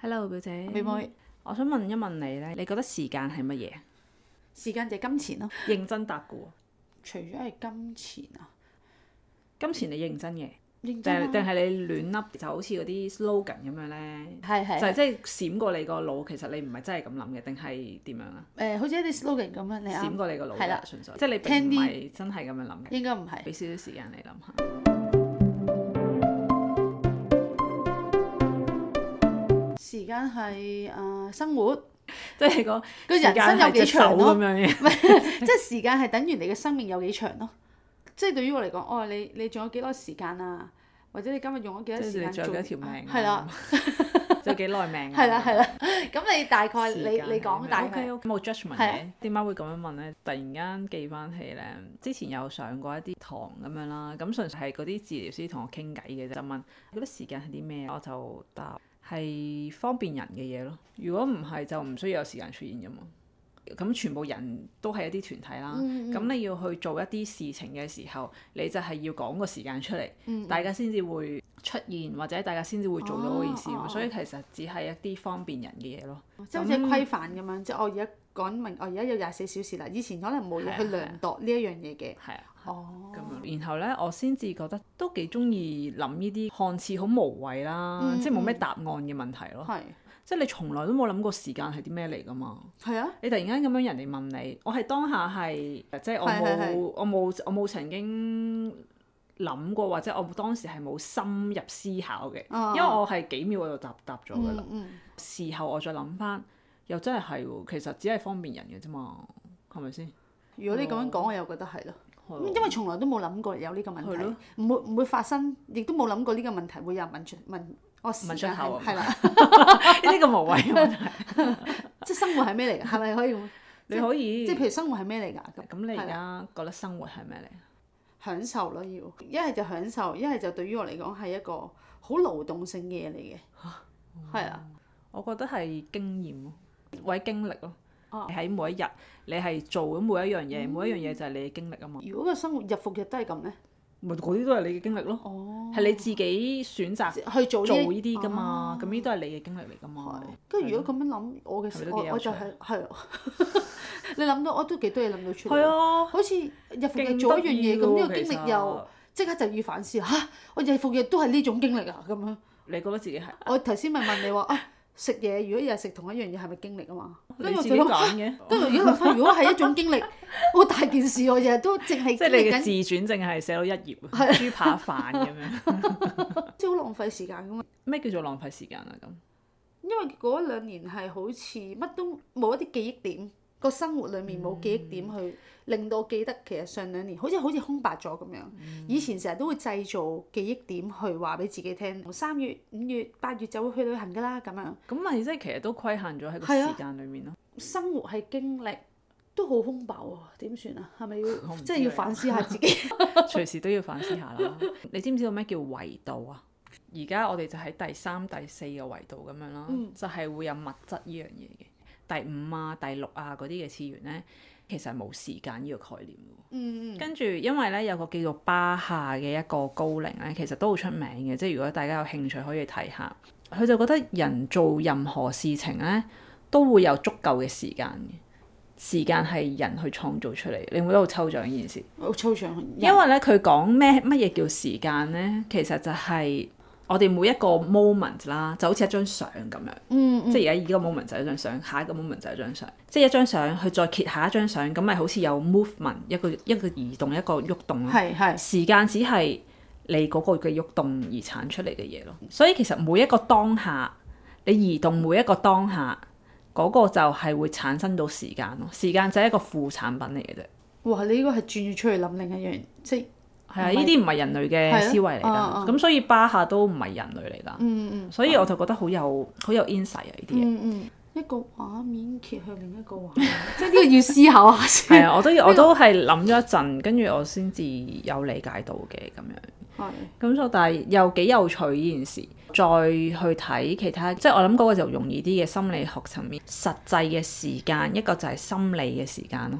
Hello，表姐。妹妹，我想問一問你咧，你覺得時間係乜嘢？時間就係金錢咯。認真答嘅喎，除咗係金錢啊，金錢你認真嘅，定認真係定啊係你亂笠就好似嗰啲 slogan 咁樣咧，係係就係係即係閃過你個腦，其實你唔係真係咁諗嘅，定係點樣啊？誒，好似一啲 slogan 咁樣，你閃啱，過你個腦係啦嘅，純粹即係你並聽唔啲係真係咁樣諗嘅，應該唔係俾少少時間你諗下。 時間係誒生活， 即係個個人生有幾長咁咯，樣嘅， 即係時間係等於你嘅生命有幾長咯。即係對於我嚟講，哦，你你仲有幾多時間啊？或者你今日用咗幾多時即係你間仲有做？幾多條命啊？係啦，仲有幾耐命啊？ 係啦，係啦。咁你大概你你講大 O K 概 O K，冇 judgment 係啊嘅。點解會咁樣問咧？突然間記翻起咧，之前有上過一啲堂咁樣啦，咁純粹係嗰啲治療師同我傾偈嘅啫，就問覺得時間係啲咩，我就答係方便人嘅嘢咯。如果唔係就唔需要有時間出現噶嘛。咁全部人都係一啲團體啦，嗯嗯咁、你要去做一啲事情嘅時候，你就係要講個時間出嚟，嗯大家先至會出現，或者大家先至會做到嗰件事嘛。哦哦哦所以其實只係一啲方便人嘅嘢咯。即係好似規範咁樣，即係我而家講明，哦我而家有廿四小時啦。以前可能冇係啊嘢去量度呢一樣嘢嘅。係啊。哦，咁樣，然後咧，我先至覺得都幾中意諗呢啲看似好無謂啦，嗯即係冇咩答案嘅問題咯。係即係你從來都冇諗過時間係啲咩嚟噶嘛？係啊，你突然間咁樣人哋問你，我係當下係即係我係係冇係我冇我冇曾經諗過，或者我當時係冇深入思考嘅，哦因為我係幾秒我就答答咗噶啦。嗯嗯，事後我再諗翻，又真係係喎，其實只係方便人嘅啫嘛，係咪 先？如果你咁樣講，我又覺得係咯。哦係因為從來都冇諗過有呢個係問咯題，唔會唔會發生，亦都冇諗過呢個問題會有人問出問我時問出間口啊係係啦，呢個無謂嘅問題，即係生活係咩嚟㗎？係咪可以咁？你可以即係譬如生活係咩嚟㗎？咁咁你係而家啦覺得生活係咩嚟？享受咯，要一係就享受，一係就對於我嚟講係一個好勞動性嘅嘢嚟嘅，係啊，我覺得係經驗咯，或者經歷咯。哦嗯喺每一日，你係做緊每一樣嘢，每一樣嘢就係你嘅經歷啊嘛。如果個生活日復日都係咁咧，咪嗰啲都係你嘅經歷咯，哦，係你自己選擇去做啊做呢哦呢啲噶嘛。咁呢都係你嘅經歷嚟噶嘛。跟住如果咁樣諗，我嘅係咪都我幾有我就趣係係啊， 你諗到我都幾多嘢諗到出嚟係喎。啊，好似日復勁日做一得樣意嘢咁，呢喎個經其實歷又即刻就要反思吓、我日復日都係呢種經歷啊咁 樣。你覺得自己係我頭先咪問你話啊，食嘢如果日日食同一樣嘢係咪經歷啊嘛？跟你住自我己就諗，揀 嘅，跟住如果諗翻，如果係一種經歷，好大件事我日日都淨係即經係你歷嘅自傳緊，淨係寫到一頁啊豬扒飯咁樣。即係好浪費時間咁嘛。咩叫做浪費時間啊？咁因為嗰兩年係好似乜都冇一啲記憶點，個生活裡面冇記憶嗯點去令到我記得其實上兩年好似好似空白咗咁樣。嗯以前成日都會製造記憶點去話俾自己聽，三月、五月、八月就會去旅行㗎啦咁樣。咁咪即係其實都規限咗喺個係啊時間裡面咯。生活係經歷都好空白喎，點算啊？係咪 我要唔知即係要反思 下自己？ 隨時都要反思下啦。你知唔知道咩叫維度啊？而家我哋就喺第三、第四個維度咁樣啦，嗯就係會有物質呢樣嘢嘅。第五啊、第六啊嗰啲嘅次元呢，其實係冇時間呢個概念嘅喎。嗯嗯跟住因為呢，有個叫做巴夏嘅一個高齡呢，其實都好出名嘅，即係如果大家有興趣可以睇下。佢就覺得人做任何事情呢，都會有足夠嘅時間嘅。時間係人去創造出嚟，你會唔會喺度抽象呢件事？我抽象啊人，因為咧，佢講咩乜嘢叫時間咧，其實就係我哋每一個 moment 啦，就好似一張相咁樣，嗯嗯即係而家依個 moment 就係一張相，下一個 moment 就係一張相，即係一張相去再揭下一張相，咁咪好似有 movement 一個一個移動一個喐動咯。係係時間只係你嗰個嘅喐動而產出嚟嘅嘢咯。所以其實每一個當下，你移動每一個當下，嗰、個就係會產生到時間咯。時間就係一個副產品嚟嘅啫。哇！你呢個係轉咗出去諗另一樣，即係係啊，唔係呢啲唔係人類嘅思維嚟係啊㗎，咁所以巴夏都唔係人類嚟㗎，嗯嗯所以我就覺得好有好有 insight 啊呢啲嘢。嗯嗯一個畫面揭向另一個畫 面，即係呢個要思考下先。係啊，我都我都係諗咗一陣，跟住我先至有理解到嘅咁樣。係咁所以但係又幾有趣呢件事，再去睇其他，即係我諗嗰個就容易啲嘅心理學層面，實際嘅時間，一個就係心理嘅時間咯。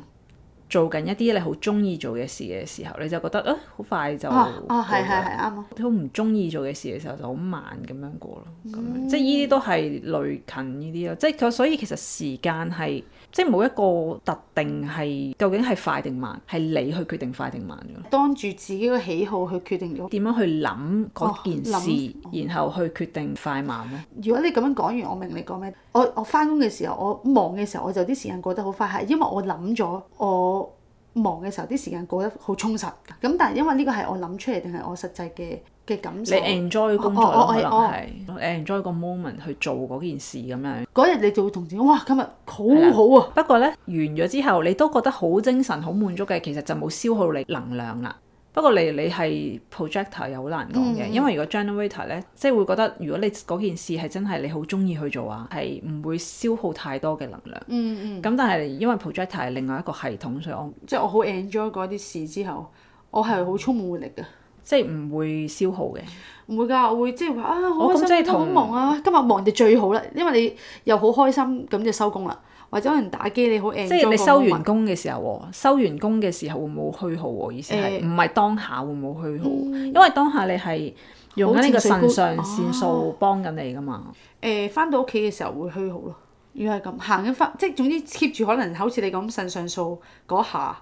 做緊一啲你好中意做嘅事嘅時候，你就覺得啊好快就啊啊，過係係咗係啱啊！你好唔中意做嘅事嘅時候就好慢咁樣過咯，咁嗯樣即係呢啲都係類近呢啲咯，即係佢所以其實時間係即係冇一個特定係究竟係快定慢，係你去決定快定慢嘅咯。當住自己嘅喜好去決定咗。點樣去諗嗰件哦諗事，然後去決定快慢咯。如果你咁樣講完，我明你講咩。我我翻工嘅時候，我忙嘅時候，我就啲時間過得好快，係因為我諗咗我忙嘅時候啲時間過得好充實。咁但係因為呢個係我諗出嚟定係我實際嘅嘅感你受。 enjoy 工作哦咯，哦可能哦係 enjoy 個 moment 去做嗰件事咁樣。嗰日你就會同自己哇，今日好啦好啊！不過呢，完咗之後，你都覺得好精神、好滿足嘅，其實就冇消耗你能量啦。不過你你係 projector 又好難講嘅，嗯因為如果 generator 呢，即係會覺得如果你嗰件事係真係你好中意去做啊，係唔會消耗太多嘅能量。嗯嗯，咁但係因為 projector 係另外一個系統，所以我即係我好 enjoy 嗰啲事之後，我係好充滿活力嘅。即係唔會消耗嘅。唔會㗎，我會即係話啊，好哦開咁即係心，好同忙啊！今日忙就最好啦，因為你又好開心，咁就收工啦。或者可能打機你好 enjoy 即係你個收 moment 完工嘅時候喎，收完工嘅時候會冇虛耗喎？意思係誒唔係當下會冇虛耗？嗯因為當下你係用緊呢個腎啊上腺素幫緊你噶嘛。誒翻到屋企嘅時候會虛耗咯。如果係咁行緊翻，即係總之 keep 住可能好似你咁腎上素嗰下，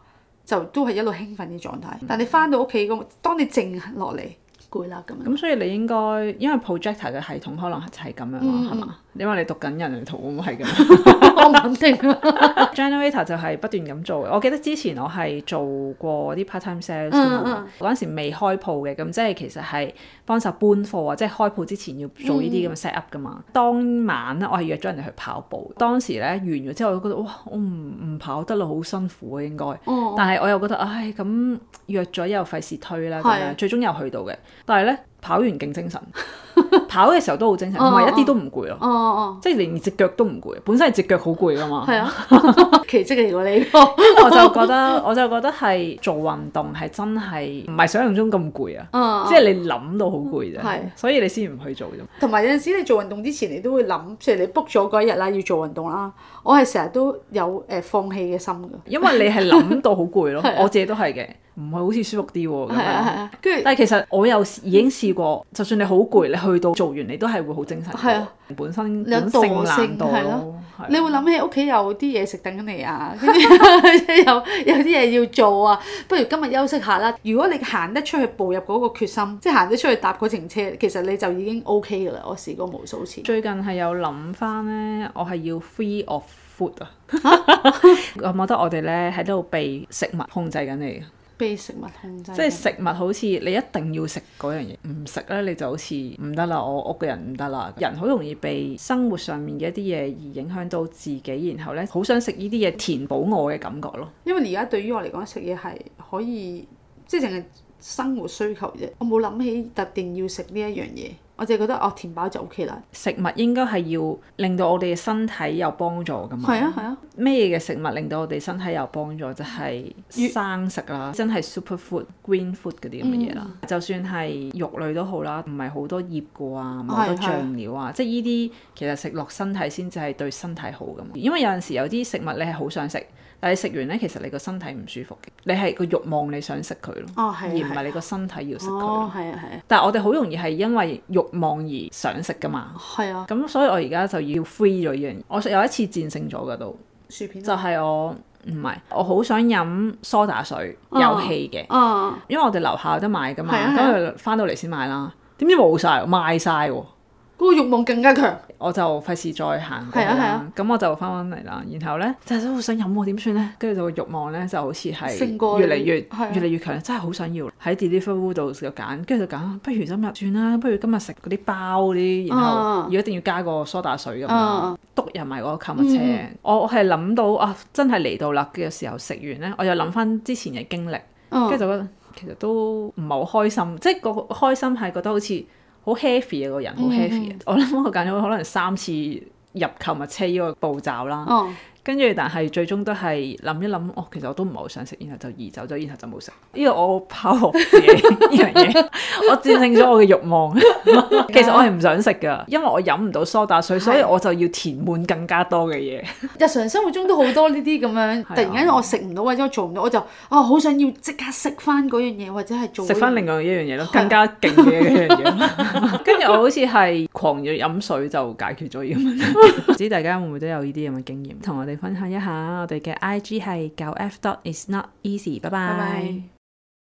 就都係一路興奮嘅狀態。嗯但你翻到屋企咁，當你靜落嚟，攰啦咁 樣。咁所以你應該因為 projector 嘅系統可能係咁樣啦，嗯係嘛？因為你讀緊人類圖咁係咁。我唔肯定啊。 generator 就係不斷咁做嘅。我記得之前我係做過啲 part time sales 㗎嗯嘛嗰陣時未開鋪嘅，咁即係其實係幫手搬貨啊，即係開鋪之前要做呢嗯啲咁嘅 set up 噶嘛。當晚啊咧，我係約咗人哋去跑步。當時咧完咗之後，我就覺得哇，我唔唔跑得啦，好辛苦啊應該。哦，但係我又覺得，唉，咁約咗又費事推啦，咁係啊樣最終又去到嘅。但係咧，跑完勁 精神，跑嘅時候都好精神，同埋一啲都唔攰咯， 哦哦，即係連只腳都唔攰。本身係只腳好攰噶嘛。係啊，奇蹟嚟喎你個。我就覺得， 我就覺得係做運動係真係唔係想象中咁攰啊！嗯，即係你諗到好攰啫係，所以你先唔去做啫。同埋有陣時你做運動之前，你都會諗，譬如你 book 咗嗰一日啦，要做運動啦。我係成日都有誒、放棄嘅心㗎。因為你係諗到好攰咯 係啊，我自己都係嘅，唔係好似舒服啲喎咁係啊係樣。啊，跟住但係其實我又已經試過，就算你好攰，你去到做完你都係會好精神嘅。係啊本身有本惰性難性度係咯咯，係你會諗起屋企有啲嘢食等緊你 啊，跟住 有有啲嘢要做啊，不如今日休息下啦。如果你行得出去步入嗰個決心，即係行得出去搭嗰程車，其實你就已經 O K 㗎啦。我試過無數次。最近係有諗翻咧，我係要 free of food 啊！ 我覺得我哋咧喺度被食物控制緊你嘅。被食物控制緊，即係食物好似你一定要食嗰樣嘢，唔食咧你就好似唔得啦，我我個人唔得啦。人好容易被生活上面嘅一啲嘢而影響到自己，然後咧好想食呢啲嘢填補我嘅感覺咯。因為而家對於我嚟講，食嘢係可以即係淨係生活需求啫。我冇諗起特定要食呢一樣嘢，我就係覺得哦填飽就 O K 啦。食物應該係要令到我哋嘅身體有幫助噶嘛。係啊係啊，咩嘅食物令到我哋身體有幫助？就係、生食啦，真係 super food、green food 嗰啲咁嘅嘢啦。嗯就算係肉類都好啦，唔係好多醃過啊，唔係好多哦係係醬料啊，即係呢啲其實食落身體先至係對身體好噶嘛。因為有陣時有啲食物你係好想食，但係你食完咧，其實你個身體唔舒服嘅，你係個慾望你想食佢咯，哦而係唔啊係啊係你個身體要食佢。哦係啊係啊但係我哋好容易係因為慾望而想食噶嘛。係啊，咁所以我而家就要 free 咗呢樣嘢，我有一次戰勝咗噶都。薯片就係我唔係，我好想飲梳打水，哦有氣嘅，啊因為我哋樓下有得買噶嘛，係啊係啊咁翻到嚟先買啦。點知冇晒，賣晒喎，嗰個慾望更加強。我就費事再行過去係啊係啦啊。咁我就翻返嚟啦，然後咧就係都好想飲喎，點算咧？跟住就個慾望咧就好似勝係過你越嚟越係啊越嚟越強，真係好想要喺 Deliveroo 度就揀，跟住就揀，不如今日算啦，不如今日食嗰啲包嗰啲，然後啊要一定要加個梳打水咁樣。啊嗯篤入埋嗰個購物車，我我係諗到啊，真係嚟到啦嘅時候食完咧，我又諗翻之前嘅經歷，啊跟住就覺得其實都唔係好開心，即係個開心係覺得好似好 heavy 啊個嗯人，好 heavy 啊！我諗我揀咗可能三次入購物車呢個步驟啦，哦跟住但係最終都係諗一諗，哦，其實我都唔係好想食，然後就移走咗，然後就冇食。呢個我拋學自己呢樣嘢，我戰勝咗我嘅慾望。其實我係唔想食噶，因為我飲唔到梳打水，所以我就要填滿更加多嘅嘢。日常生活中都好多呢啲咁樣，啊突然間我食唔到或者我做唔到，我就啊好想要即刻食翻嗰樣嘢，或者係做食嗰翻樣另外一樣 嘢咯，更加勁嘅一樣嘢。 跟住我好似係狂熱飲水就解決咗呢個問 題。唔知大家會唔會都有呢啲咁嘅經驗？同我哋分享一下，我哋嘅 I G 係九 F dot is not easy。拜拜拜拜。